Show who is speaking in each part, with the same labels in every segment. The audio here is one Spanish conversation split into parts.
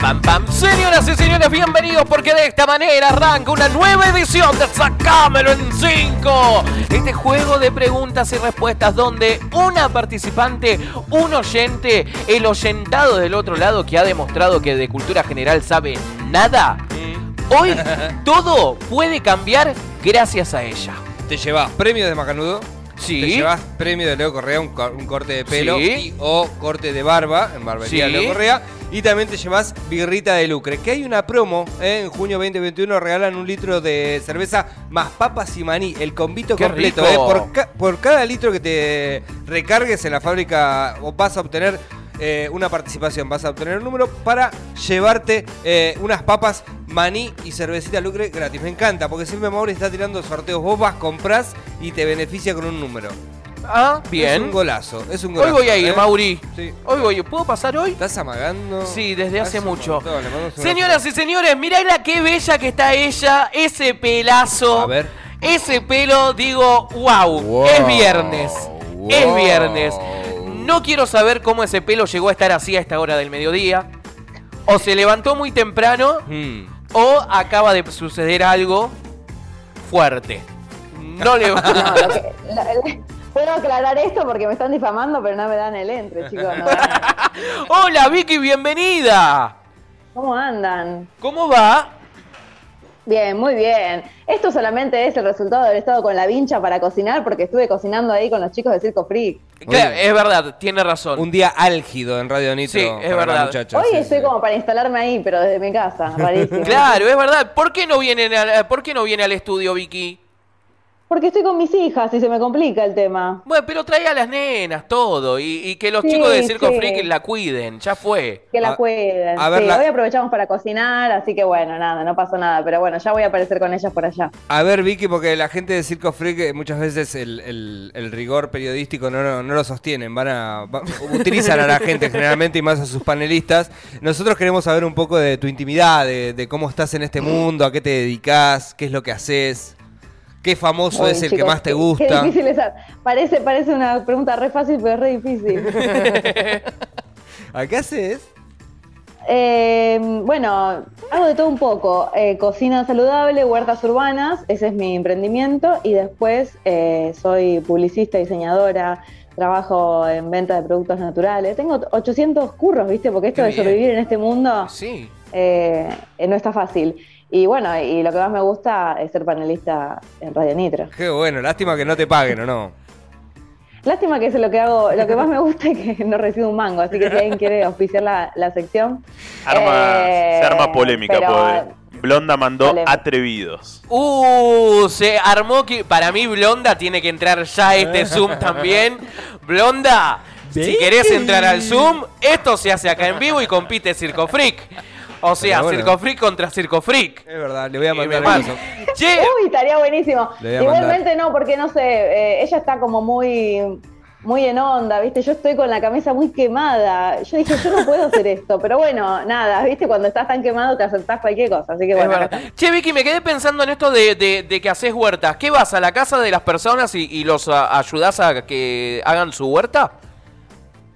Speaker 1: pam, pam. Señoras y señores, bienvenidos porque de esta manera arranca una nueva edición de Sacámelo en 5. Este juego de preguntas y respuestas donde una participante, un oyente, el oyentado del otro lado que ha demostrado que de cultura general sabe nada,
Speaker 2: Mm.
Speaker 1: hoy todo puede cambiar gracias a ella.
Speaker 2: Te llevas premio de Macanudo.
Speaker 1: Sí.
Speaker 2: Te llevas premio de Leo Correa, un, cor- un corte de pelo
Speaker 1: Sí.
Speaker 2: y- o corte de barba en barbería
Speaker 1: Sí.
Speaker 2: Leo Correa. Y también te llevas birrita de lucre. Que hay una promo eh, en junio 2021. Regalan un litro de cerveza más papas y maní. El convito
Speaker 1: ¡Qué
Speaker 2: completo.
Speaker 1: rico!
Speaker 2: eh. por, ca- por cada litro que te recargues en la fábrica o vas a obtener eh, una participación. Vas a obtener un número para llevarte eh, unas papas, maní y cervecita lucre gratis. Me encanta porque siempre Mauri está tirando sorteos. Vos vas, comprás y te beneficia con un número.
Speaker 1: Ah, bien.
Speaker 2: Es un golazo. Es un
Speaker 1: Hoy
Speaker 2: golazo.
Speaker 1: voy a ir,
Speaker 2: ¿eh?
Speaker 1: Mauri.
Speaker 2: Sí.
Speaker 1: Hoy voy. ¿Puedo pasar hoy?
Speaker 2: ¿Estás amagando?
Speaker 1: Sí, desde hace
Speaker 2: un
Speaker 1: mucho.
Speaker 2: montón, le mandamos un
Speaker 1: Señoras y señores, mirá qué bella que está ella, ese pelazo.
Speaker 2: A ver.
Speaker 1: Ese pelo, digo, wow,
Speaker 3: Wow,
Speaker 1: es viernes. Es
Speaker 3: wow.
Speaker 1: viernes. No quiero saber cómo ese pelo llegó a estar así a esta hora del mediodía. O se levantó muy temprano
Speaker 2: Mm.
Speaker 1: o acaba de suceder algo fuerte. No le
Speaker 4: La- la- Puedo aclarar esto porque me están difamando, pero no me dan el entre, chicos. no dan.
Speaker 1: Hola Vicky, bienvenida.
Speaker 4: ¿Cómo andan?
Speaker 1: ¿Cómo va?
Speaker 4: Bien, muy bien. Esto solamente es el resultado de haber estado con la vincha para cocinar, porque estuve cocinando ahí con los chicos de Circo Freak.
Speaker 1: Claro, es verdad, tiene razón.
Speaker 2: Un día álgido en Radio Nitro.
Speaker 1: Sí, es
Speaker 2: para los
Speaker 1: verdad.
Speaker 2: muchachos.
Speaker 4: Hoy
Speaker 2: Sí,
Speaker 4: estoy
Speaker 2: sí.
Speaker 4: como para instalarme ahí, pero desde mi casa, rarísimo.
Speaker 1: Claro, es verdad. ¿Por qué no vienen al, por qué no viene al estudio, Vicky?
Speaker 4: Porque estoy con mis hijas y se me complica el tema.
Speaker 1: Bueno, pero trae a las nenas todo y, y que los
Speaker 4: Sí,
Speaker 1: chicos de Circo
Speaker 4: sí.
Speaker 1: Freak la cuiden, ya fue.
Speaker 4: Que la
Speaker 2: A-
Speaker 4: cuiden.
Speaker 2: Ah, a ver,
Speaker 4: Sí,
Speaker 2: la-
Speaker 4: Hoy aprovechamos para cocinar, así que bueno, nada, no pasó nada. Pero bueno, ya voy a aparecer con ellas por allá.
Speaker 2: A ver, Vicky, porque la gente de Circo Freak eh, muchas veces el, el- el rigor periodístico no, lo- no lo sostienen. Van a, va- utilizan a la gente generalmente y más a sus panelistas. Nosotros queremos saber un poco de tu intimidad, de, de cómo estás en este mundo, a qué te dedicas, qué es lo que haces, qué famoso
Speaker 4: Uy,
Speaker 2: es el que
Speaker 4: chicos,
Speaker 2: más te
Speaker 4: qué- Qué
Speaker 2: gusta.
Speaker 4: difícil es- Parece, parece una pregunta re fácil, pero es re difícil.
Speaker 2: ¿A qué haces?
Speaker 4: Eh, bueno, hago de todo un poco. Eh, cocina saludable, huertas urbanas, ese es mi emprendimiento. Y después eh, soy publicista, diseñadora, trabajo en venta de productos naturales. Tengo 800 curros, ¿viste? Porque esto
Speaker 1: Qué
Speaker 4: de
Speaker 1: bien.
Speaker 4: sobrevivir en este mundo
Speaker 1: Sí.
Speaker 4: eh, eh, no está fácil. Y bueno, y lo que más me gusta es ser panelista en Radio Nitro.
Speaker 2: Qué bueno, lástima que no te paguen, ¿o no?
Speaker 4: Lástima que eso es lo que hago, lo que más me gusta es que no recibo un mango, así que si alguien quiere auspiciar la, la sección.
Speaker 5: Arma,
Speaker 4: eh,
Speaker 5: se arma polémica,
Speaker 4: pero,
Speaker 5: pobre. Blonda mandó
Speaker 4: polémica.
Speaker 5: atrevidos.
Speaker 1: Uh, se armó que para mí Blonda tiene que entrar ya a
Speaker 2: Ah.
Speaker 1: este Zoom también. Blonda, si querés entrar al Zoom, esto se hace acá en vivo y compite Circo Freak. O sea,
Speaker 2: Pero bueno.
Speaker 1: Circo Freak contra Circo Freak.
Speaker 2: Es verdad, le voy a
Speaker 1: Y me
Speaker 2: mandar
Speaker 1: mando.
Speaker 2: eso.
Speaker 1: Che,
Speaker 4: Uy, estaría buenísimo.
Speaker 2: Le voy a
Speaker 4: Igualmente no, porque no sé, eh, ella está como muy, muy en onda, ¿viste? Yo estoy con la cabeza muy quemada. Yo dije, yo no puedo hacer esto, pero bueno, nada, ¿viste? Cuando estás tan quemado te aceptás cualquier cosa, así que
Speaker 1: Es
Speaker 4: bueno. acá
Speaker 1: verdad. Che, Vicky, me quedé pensando en esto de, de- de que haces huertas. ¿Qué vas a la casa de las personas y, y los a- ayudás a que hagan su huerta?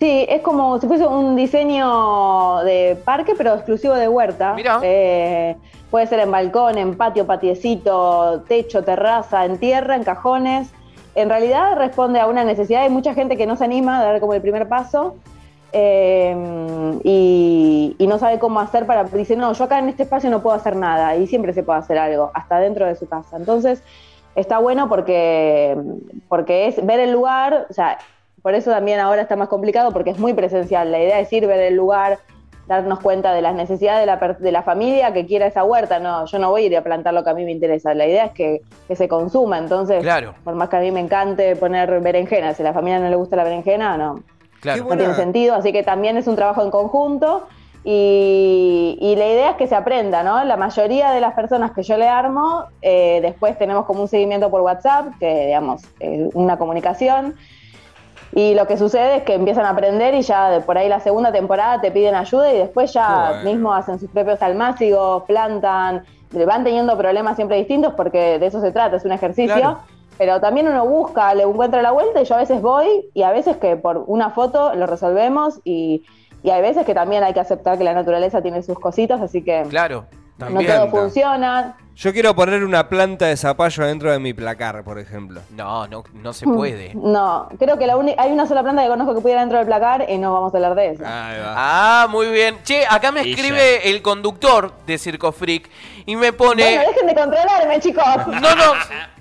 Speaker 4: Sí, es como si fuese un diseño de parque, pero exclusivo de huerta.
Speaker 1: Mirá.
Speaker 4: Eh, puede ser en balcón, en patio, patiecito, techo, terraza, en tierra, en cajones. En realidad responde a una necesidad. Hay mucha gente que no se anima a dar como el primer paso eh, y, y no sabe cómo hacer para... Dice, no, yo acá en este espacio no puedo hacer nada y siempre se puede hacer algo, hasta dentro de su casa. Entonces, está bueno porque, porque es ver el lugar, o sea, por eso también ahora está más complicado porque es muy presencial. La idea es ir, ver el lugar, darnos cuenta de las necesidades de la, per- de la familia que quiera esa huerta. No, yo no voy a ir a plantar lo que a mí me interesa. La idea es que, que se consuma. Entonces,
Speaker 1: Claro.
Speaker 4: por más que a mí me encante poner berenjena, si a la familia no le gusta la berenjena, no,
Speaker 2: Qué
Speaker 1: Claro.
Speaker 2: bueno.
Speaker 4: no tiene sentido, así que también es un trabajo en conjunto y, y la idea es que se aprenda, ¿no? La mayoría de las personas que yo le armo, eh, después tenemos como un seguimiento por WhatsApp, que digamos, eh, una comunicación. Y lo que sucede es que empiezan a aprender y ya de por ahí la segunda temporada te piden ayuda y después ya
Speaker 2: Bueno.
Speaker 4: mismo hacen sus propios almácigos, plantan, van teniendo problemas siempre distintos porque de eso se trata, es un ejercicio
Speaker 2: Claro.
Speaker 4: pero también uno busca, le encuentra la vuelta y yo a veces voy y a veces que por una foto lo resolvemos y, Y hay veces que también hay que aceptar que la naturaleza tiene sus cositas, así que
Speaker 1: Claro,
Speaker 4: no
Speaker 1: también.
Speaker 4: todo funciona.
Speaker 2: Yo quiero poner una planta de zapallo dentro de mi placar, por ejemplo.
Speaker 1: No, no, no
Speaker 2: Mm.
Speaker 1: se puede.
Speaker 4: No, creo que la uni- hay una sola planta que conozco que pudiera dentro del placar y no vamos a hablar de eso.
Speaker 2: Ahí va.
Speaker 1: Ah, muy bien. Che, acá me
Speaker 5: Ella.
Speaker 1: escribe el conductor de Circo Freak y me pone...
Speaker 4: Bueno, dejen de controlarme, chicos.
Speaker 1: eh. No nos,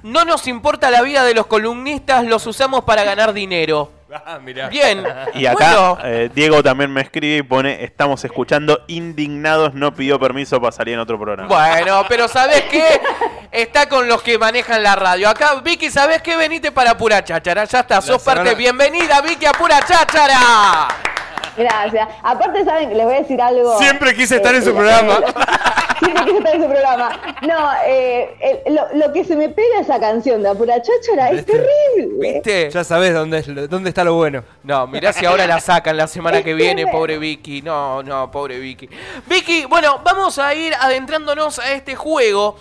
Speaker 1: no nos importa la vida de los columnistas, los usamos para ganar dinero.
Speaker 2: Ah, mirá.
Speaker 1: Bien.
Speaker 5: Y acá
Speaker 1: Bueno,
Speaker 5: eh, Diego también me escribe y pone, estamos escuchando indignados, no pidió permiso para salir en otro programa.
Speaker 1: Bueno, pero ¿sabés qué? Está con los que manejan la radio. Acá, Vicky, ¿sabés qué? Venite para Pura Cháchara. Ya está, sos
Speaker 2: semana-
Speaker 1: parte. Bienvenida, Vicky, a Pura Cháchara.
Speaker 4: Gracias. Aparte, saben que les voy a decir algo.
Speaker 2: Siempre quise estar en su
Speaker 4: eh,
Speaker 2: programa.
Speaker 4: siempre quise estar en su programa. No, eh, el- lo, lo que se me pega esa canción de Apura Cháchara es terrible.
Speaker 1: ¿Viste?
Speaker 2: Ya sabés dónde, es lo- dónde está lo bueno.
Speaker 1: No, mirá si ahora la sacan la semana que
Speaker 4: Es
Speaker 1: viene,
Speaker 4: tremendo.
Speaker 1: pobre Vicky. No, no, pobre Vicky. Vicky, bueno, vamos a ir adentrándonos a este juego.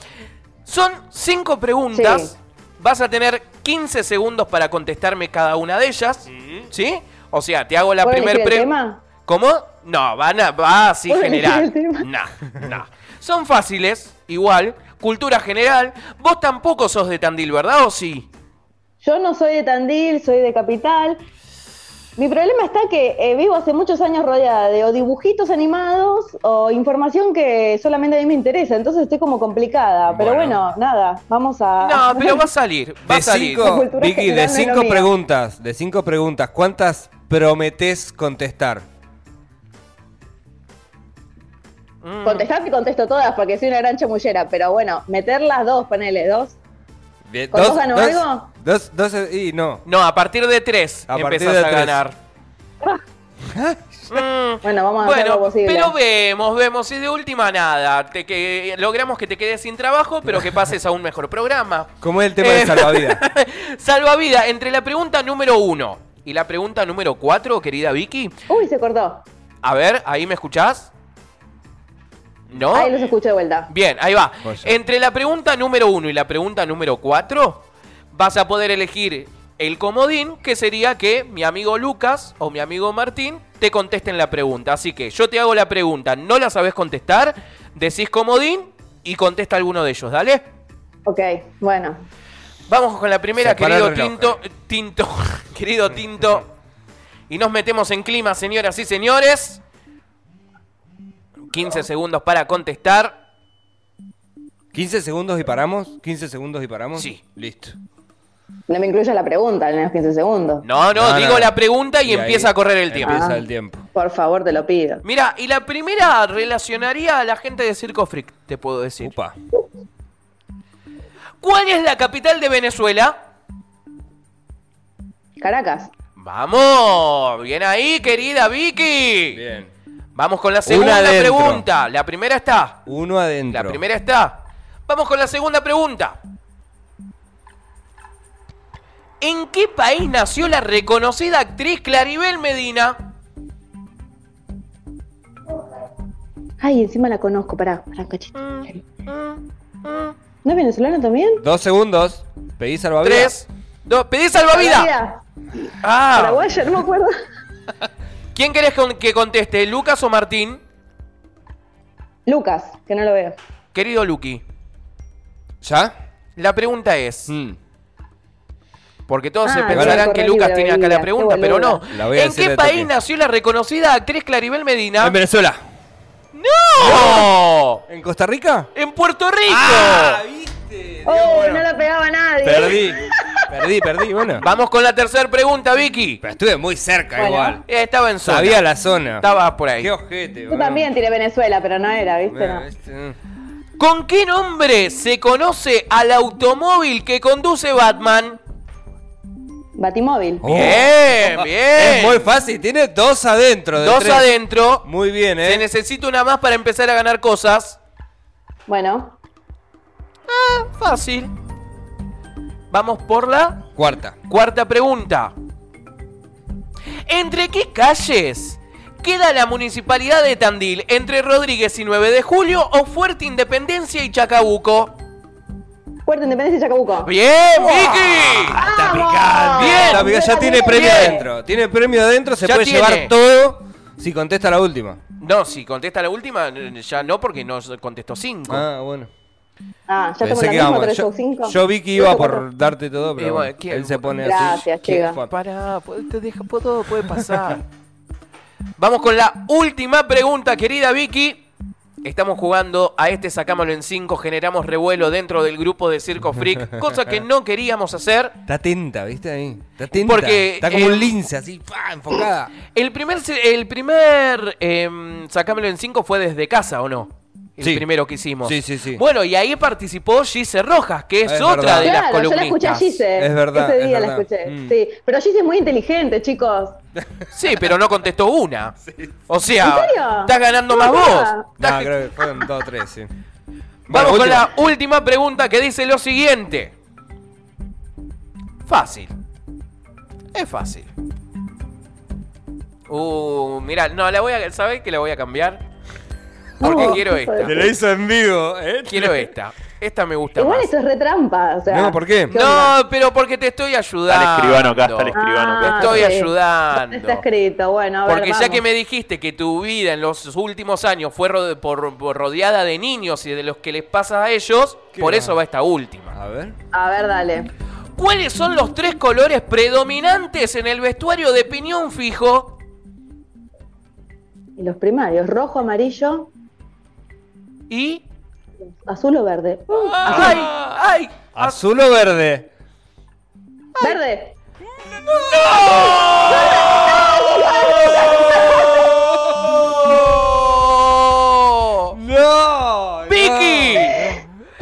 Speaker 1: Son cinco preguntas.
Speaker 4: Sí.
Speaker 1: Vas a tener 15 segundos para contestarme cada una de ellas.
Speaker 2: Mm.
Speaker 1: ¿Sí? O sea, te hago la
Speaker 4: ¿Puedo
Speaker 1: primera
Speaker 4: elegir el
Speaker 1: pregunta.
Speaker 4: tema?
Speaker 1: ¿Cómo? No, van a, va así
Speaker 4: ¿Puedo elegir
Speaker 1: general.
Speaker 4: el tema?
Speaker 1: No, no. Son fáciles, igual. Cultura general. Vos tampoco sos de Tandil, ¿verdad? ¿O sí?
Speaker 4: Yo no soy de Tandil, soy de Capital. Mi problema está que eh, vivo hace muchos años rodeada de o dibujitos animados o información que solamente a mí me interesa, entonces estoy como complicada. Pero
Speaker 2: Bueno.
Speaker 4: bueno, nada, vamos a...
Speaker 1: No, pero va a salir. Va a
Speaker 2: De
Speaker 1: salir.
Speaker 4: La
Speaker 2: cinco,
Speaker 4: cultura
Speaker 2: Vicky, de
Speaker 4: general no es lo
Speaker 2: cinco
Speaker 4: mío.
Speaker 2: preguntas, de cinco preguntas, ¿cuántas prometés contestar?
Speaker 4: Contestar y contesto todas porque soy una gran chamullera, pero bueno, meter las dos, ponele dos.
Speaker 2: Bien,
Speaker 4: ¿Con vos ganó
Speaker 2: dos,
Speaker 4: algo?
Speaker 2: Dos, dos, eh, y no.
Speaker 1: No, a partir de tres
Speaker 2: A partir
Speaker 1: empezás
Speaker 2: de
Speaker 1: a
Speaker 2: tres.
Speaker 1: ganar. Mm,
Speaker 4: Bueno, vamos a hacer
Speaker 1: bueno,
Speaker 4: lo posible.
Speaker 1: pero vemos, vemos, y de última nada, te que logramos que te quedes sin trabajo, pero que pases a un mejor programa.
Speaker 2: ¿Cómo es el tema de
Speaker 1: Eh.
Speaker 2: salvavidas?
Speaker 1: Salvavida, entre la pregunta número uno y la pregunta número cuatro, querida Vicky,
Speaker 4: Uy, se cortó.
Speaker 1: a ver, ¿ahí me escuchás? ¿No?
Speaker 4: Ahí los escucho de vuelta.
Speaker 1: Bien, ahí va.
Speaker 2: Joya.
Speaker 1: Entre la pregunta número uno y la pregunta número cuatro, vas a poder elegir el comodín, que sería que mi amigo Lucas o mi amigo Martín te contesten la pregunta. Así que yo te hago la pregunta, no la sabes contestar, decís comodín y contesta alguno de ellos, ¿dale?
Speaker 4: Ok, bueno.
Speaker 1: Vamos con la primera,
Speaker 2: Separá
Speaker 1: querido
Speaker 2: el reloj, eh.
Speaker 1: Tinto. Tinto, querido Tinto. Y nos metemos en clima, señoras y señores. 15 segundos para contestar.
Speaker 2: ¿15 segundos y paramos? ¿15 segundos y paramos?
Speaker 1: Sí.
Speaker 2: Listo.
Speaker 4: No me incluyas la pregunta en los 15 segundos.
Speaker 1: No, no,
Speaker 2: No,
Speaker 1: digo
Speaker 2: no.
Speaker 1: la pregunta y,
Speaker 2: Y ahí
Speaker 1: empieza a correr el tiempo.
Speaker 2: Empieza
Speaker 4: Ah.
Speaker 2: el tiempo.
Speaker 4: Por favor, te lo pido.
Speaker 1: Mira, y la primera relacionaría a la gente de Circo Freak, te puedo decir.
Speaker 2: Upa.
Speaker 1: ¿Cuál es la capital de Venezuela?
Speaker 4: Caracas.
Speaker 1: Vamos, bien ahí, querida Vicky.
Speaker 2: Bien.
Speaker 1: Vamos con la segunda
Speaker 2: adentro.
Speaker 1: pregunta. La primera está.
Speaker 2: Uno adentro.
Speaker 1: La primera está. Vamos con la segunda pregunta. ¿En qué país nació la reconocida actriz Claribel Medina?
Speaker 4: Ay, encima la conozco. Pará, pará, un cachito. ¿No es venezolana también?
Speaker 2: Dos segundos. Pedí salvavidas.
Speaker 1: Tres, dos, pedí salvavidas.
Speaker 4: Paraguaya.
Speaker 1: Ah,
Speaker 4: Paraguaya, no me acuerdo.
Speaker 1: ¿Quién querés con- que conteste, Lucas o Martín?
Speaker 4: Lucas, que no lo veo.
Speaker 1: Querido Luqui,
Speaker 2: ¿Ya?
Speaker 1: la pregunta es,
Speaker 2: Mm.
Speaker 1: porque todos se
Speaker 4: Ah,
Speaker 1: pensarán
Speaker 4: sí,
Speaker 1: que
Speaker 4: corre
Speaker 1: Lucas
Speaker 4: libre,
Speaker 1: tiene acá la
Speaker 4: Belinda,
Speaker 1: pregunta,
Speaker 4: qué
Speaker 1: pero no.
Speaker 4: boluda.
Speaker 2: La voy a
Speaker 1: ¿En
Speaker 2: decir
Speaker 1: qué
Speaker 2: de
Speaker 1: país
Speaker 2: toque.
Speaker 1: nació la reconocida actriz Claribel Medina?
Speaker 2: En Venezuela.
Speaker 1: ¡No!
Speaker 2: ¿En Costa Rica?
Speaker 1: ¡En Puerto Rico! Ah,
Speaker 2: Ah.
Speaker 4: Oh, no la pegaba nadie.
Speaker 2: Perdí. Perdí, perdí. Bueno.
Speaker 1: Vamos con la tercera pregunta, Vicky.
Speaker 2: Pero estuve muy cerca
Speaker 4: Bueno.
Speaker 2: igual.
Speaker 1: Eh, estaba en zona.
Speaker 2: Sabía la zona.
Speaker 1: Estaba por ahí.
Speaker 2: Qué ojete, este,
Speaker 4: Yo también tiré Venezuela, pero no era, ¿viste? No.
Speaker 2: mm.
Speaker 1: ¿Con qué nombre se conoce al automóvil que conduce Batman?
Speaker 4: Batimóvil.
Speaker 2: Oh.
Speaker 1: Bien, bien.
Speaker 2: Es muy fácil. Tiene dos adentro. de
Speaker 1: Dos
Speaker 2: tres.
Speaker 1: adentro.
Speaker 2: Muy bien,
Speaker 1: Se
Speaker 2: ¿eh?
Speaker 1: necesita una más para empezar a ganar cosas.
Speaker 4: Bueno,
Speaker 1: Fácil. Vamos por la
Speaker 2: Cuarta.
Speaker 1: cuarta pregunta. ¿Entre qué calles queda la municipalidad de Tandil? ¿Entre Rodríguez y 9 de Julio o Fuerte Independencia y Chacabuco?
Speaker 4: Puerto Independencia y Chacabuco.
Speaker 1: ¡Bien, Vicky!
Speaker 4: ¡Vamos!
Speaker 1: Bien.
Speaker 2: Está, amiga, ya tiene premio
Speaker 1: Bien.
Speaker 2: adentro. Tiene premio adentro, se
Speaker 1: Ya
Speaker 2: puede
Speaker 1: tiene.
Speaker 2: llevar todo. Si contesta la última.
Speaker 1: No, si contesta la última, n- ya no, porque no contestó cinco.
Speaker 2: Ah, bueno.
Speaker 4: Ah, ya tengo
Speaker 2: Pensé
Speaker 4: la
Speaker 2: que
Speaker 4: misma,
Speaker 2: íbamos.
Speaker 4: 3
Speaker 2: Yo,
Speaker 4: o 5.
Speaker 2: yo vi que iba por darte todo, pero
Speaker 1: Eh, bueno,
Speaker 2: bueno,
Speaker 1: ¿quién?
Speaker 2: él se pone
Speaker 4: Gracias,
Speaker 2: así.
Speaker 4: chica.
Speaker 2: ¿Qué?
Speaker 1: Pará, pu- te deja, pu- todo puede pasar. Vamos con la última pregunta, querida Vicky. Estamos jugando a este Sacámoslo en 5, generamos revuelo dentro del grupo de Circo Freak, cosa que no queríamos hacer.
Speaker 2: Está atenta, ¿viste ahí? Está atenta.
Speaker 1: Porque,
Speaker 2: Está como
Speaker 1: eh,
Speaker 2: un lince, así, ¡fua! enfocada.
Speaker 1: El primer, se- el primer em, Sacámelo en 5 fue desde casa, ¿o no? El
Speaker 2: Sí.
Speaker 1: primero que hicimos.
Speaker 2: Sí, sí, sí.
Speaker 1: Bueno, y ahí participó Gise Rojas, que es,
Speaker 2: Es
Speaker 1: otra
Speaker 2: verdad.
Speaker 1: de las
Speaker 4: Claro, yo la
Speaker 1: columnistas.
Speaker 4: escuché a Gise.
Speaker 2: Es verdad,
Speaker 4: Ese
Speaker 2: es
Speaker 4: día la
Speaker 2: verdad.
Speaker 4: escuché.
Speaker 2: Mm.
Speaker 4: Sí, pero Gise es muy inteligente, chicos.
Speaker 1: Sí, pero no contestó una. O sea,
Speaker 4: ¿En serio?
Speaker 1: estás ganando
Speaker 4: No,
Speaker 1: más
Speaker 4: pará.
Speaker 1: vos. Estás-
Speaker 2: No, creo que fueron dos o tres, sí.
Speaker 1: Vamos
Speaker 2: Bueno,
Speaker 1: con
Speaker 2: última.
Speaker 1: la última pregunta que dice lo siguiente. Fácil. Es fácil. Uh, mira, no, la voy a. ¿Sabes que la voy a cambiar? Porque
Speaker 4: No,
Speaker 1: quiero esta.
Speaker 4: hijo
Speaker 2: Te
Speaker 4: de-
Speaker 2: lo hizo en vivo, ¿eh?
Speaker 1: Quiero esta. Esta me gusta
Speaker 4: Igual
Speaker 1: más.
Speaker 4: esto es retrampa. O sea,
Speaker 2: No, ¿por qué?
Speaker 4: onda?
Speaker 1: No, pero porque te estoy ayudando.
Speaker 5: Dale escribano acá, dale escribano acá.
Speaker 1: Te estoy
Speaker 4: sí.
Speaker 1: ayudando.
Speaker 4: Ah, Está escrito, bueno, Ah, a ver,
Speaker 1: Porque ya
Speaker 4: vamos.
Speaker 1: que me dijiste que tu vida en los últimos años fue rode- por- por rodeada de niños y de los que les pasa a ellos,
Speaker 2: Qué
Speaker 1: por
Speaker 2: va.
Speaker 1: eso va esta última.
Speaker 2: A ver.
Speaker 4: A ver, dale.
Speaker 1: ¿Cuáles son los tres colores predominantes en el vestuario de piñón fijo?
Speaker 4: Y los primarios, rojo, amarillo,
Speaker 1: Y.
Speaker 4: azul o verde. Uh,
Speaker 1: ¡Ay! ¡Ay!
Speaker 2: ¿Azul o verde?
Speaker 4: verde.
Speaker 1: ¡Oh!
Speaker 2: ¡No!
Speaker 1: ¡Vicky!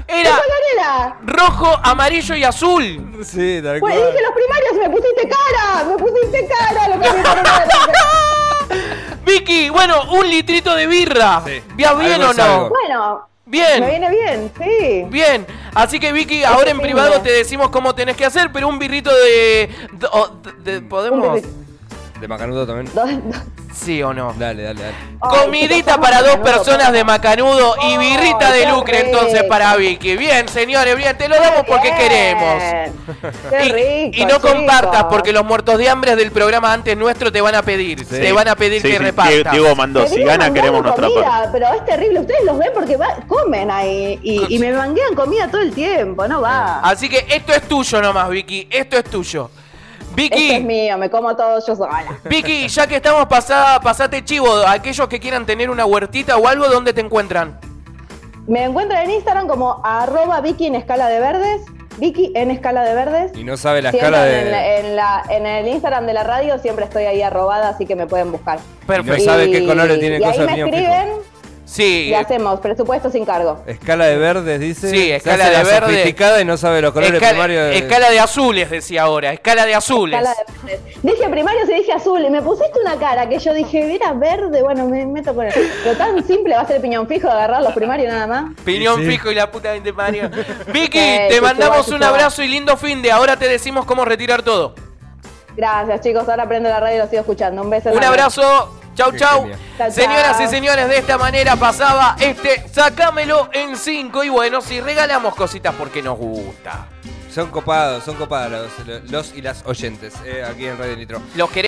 Speaker 1: Era
Speaker 4: ¿Cuál era?
Speaker 1: rojo, amarillo y azul.
Speaker 2: No. Sí, tal
Speaker 4: Pues
Speaker 2: cual.
Speaker 4: dije los primarios y me pusiste cara, me pusiste cara, lo cambié por verde.
Speaker 1: Vicky, bueno, un litrito de birra.
Speaker 2: Sí.
Speaker 1: ¿Ya bien
Speaker 2: Algo
Speaker 1: o
Speaker 2: es
Speaker 1: no?
Speaker 2: algo.
Speaker 4: Bueno,
Speaker 1: Bien.
Speaker 4: me viene bien, sí.
Speaker 1: Bien, así que Vicky, ahora en
Speaker 4: lindo.
Speaker 1: privado te decimos cómo tenés que hacer, pero un birrito de... de- o- de- de- ¿Podemos?
Speaker 4: birrito.
Speaker 2: De Macanudo también.
Speaker 4: Dos- dos-
Speaker 1: ¿Sí o no?
Speaker 2: Dale, dale, dale.
Speaker 4: Ay,
Speaker 1: Comidita
Speaker 4: chicos,
Speaker 1: para dos
Speaker 4: macanudo,
Speaker 1: personas
Speaker 4: papá.
Speaker 1: de macanudo y
Speaker 4: Oh,
Speaker 1: birrita de
Speaker 4: qué
Speaker 1: lucre
Speaker 4: rico.
Speaker 1: entonces para Vicky. Bien, señores, bien, te lo damos porque
Speaker 4: Bien.
Speaker 1: queremos.
Speaker 4: Qué
Speaker 1: Y-
Speaker 4: rico,
Speaker 1: y, no
Speaker 4: chicos.
Speaker 1: compartas porque los muertos de hambre del programa antes nuestro te van a pedir, te van a pedir
Speaker 5: Sí,
Speaker 1: que
Speaker 5: sí,
Speaker 1: repartas.
Speaker 5: Diego mandó, si
Speaker 4: Deberían
Speaker 5: gana
Speaker 4: mandarme
Speaker 5: queremos nuestra
Speaker 4: comida,
Speaker 5: parte.
Speaker 4: Pero es terrible, ustedes los ven porque va- comen ahí y, y me manguean comida todo el tiempo, no va.
Speaker 1: Así que esto es tuyo nomás, Vicky, esto es tuyo. Vicky,
Speaker 4: Esto Este es mío, me como todo yo sola.
Speaker 1: Vicky, ya que estamos pasada, pasate chivo, aquellos que quieran tener una huertita o algo, ¿dónde te encuentran?
Speaker 4: Me encuentran en Instagram como arroba Vicky en escala de verdes. Vicky en escala de verdes.
Speaker 2: Y no eh. sabe la
Speaker 4: Siempre
Speaker 2: escala
Speaker 4: en, la-
Speaker 2: de.
Speaker 4: en la- en el Instagram de la radio siempre estoy ahí arrobada, así que me pueden buscar.
Speaker 2: No
Speaker 1: Perfecto.
Speaker 2: sabe qué colores tiene
Speaker 4: y
Speaker 2: cosas
Speaker 4: ahí me
Speaker 2: bien
Speaker 4: escriben
Speaker 1: Sí,
Speaker 4: y hacemos presupuesto sin cargo.
Speaker 2: Escala de verdes, dice.
Speaker 1: Sí,
Speaker 2: Se
Speaker 1: escala
Speaker 2: hace
Speaker 1: de
Speaker 2: la
Speaker 1: verde.
Speaker 2: sofisticada y no sabe los colores
Speaker 1: escala,
Speaker 2: primarios. de-
Speaker 1: escala de azules, decía ahora, escala de azules.
Speaker 4: Escala de verdes. Dije primario se dije azul y me pusiste una cara que yo dije, era verde, bueno, me meto con él. Pero tan simple va a ser el piñón fijo de agarrar los primarios nada más.
Speaker 1: Piñón
Speaker 2: Sí, sí.
Speaker 1: fijo y la puta de Mario. Vicky,
Speaker 4: Eh,
Speaker 1: te
Speaker 4: chuchu,
Speaker 1: mandamos
Speaker 4: chuchu.
Speaker 1: un abrazo y lindo fin de. Ahora te decimos cómo retirar todo.
Speaker 4: Gracias chicos, ahora aprendo la radio y lo sigo escuchando. Un beso.
Speaker 1: Un
Speaker 4: enorme.
Speaker 1: abrazo. Chau,
Speaker 2: Qué
Speaker 1: chau.
Speaker 2: genial.
Speaker 4: Chau,
Speaker 1: Señoras
Speaker 4: chau.
Speaker 1: y señores, de esta manera pasaba este Sacámelo en 5. Y bueno, si regalamos cositas porque nos gusta.
Speaker 2: Son copados, son copados los, los y las oyentes eh, aquí en Radio Nitro.
Speaker 1: Los queremos.